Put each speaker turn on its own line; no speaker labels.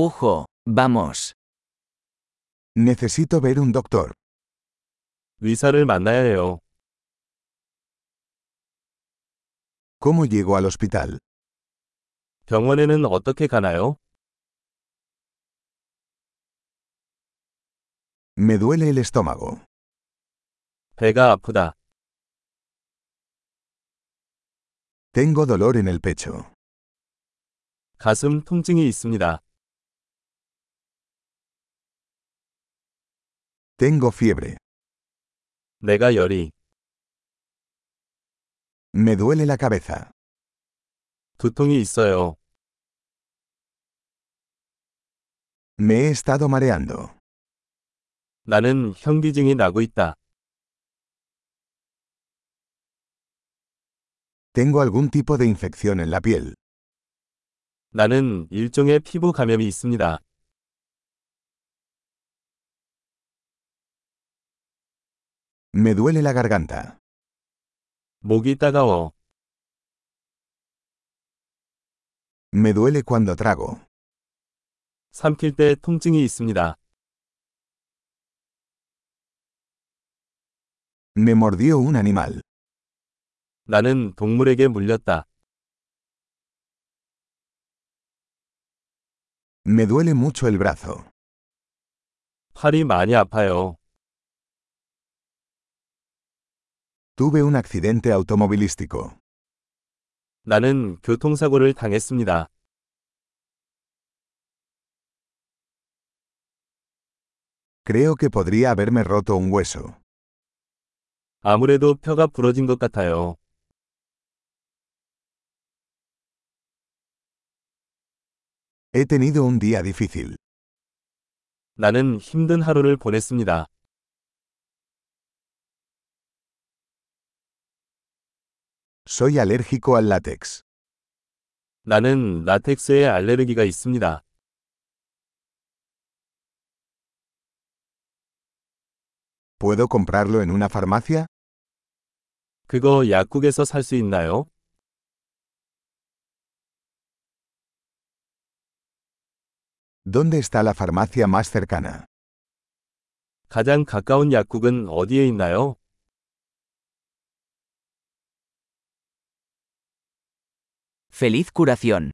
Ojo, vamos.
Necesito ver un doctor.
의사를 만나야 해요.
¿Cómo llego al hospital?
병원에는 어떻게 가나요?
Me duele el estómago.
배가 아프다.
Tengo dolor en el pecho.
가슴 통증이 있습니다.
Tengo fiebre.
내가 열이,
Me duele la cabeza.
두통이 있어요.
Me he estado mareando.
나는 현기증이 나고 있다.
Tengo algún tipo de infección en la piel.
나는 일종의 피부 감염이 있습니다.
Me duele la garganta.
목이 따가워.
Me duele cuando trago.
삼킬 때 통증이 있습니다.
Me mordió un animal.
나는 동물에게 물렸다.
Me duele mucho el brazo.
팔이 많이 아파요.
Tuve un accidente automovilístico.
나는 교통사고를 당했습니다.
Creo que podría haberme roto un hueso.
아무래도 뼈가 부러진 것 같아요.
He tenido un día difícil.
나는 힘든 하루를 보냈습니다.
Soy alérgico al látex.
나는 라텍스에 알레르기가 있습니다.
¿Puedo comprarlo en una farmacia?
그거 약국에서 살 수 있나요?
¿Dónde está la farmacia más cercana?
가장 가까운 약국은 어디에 있나요?
Feliz curación.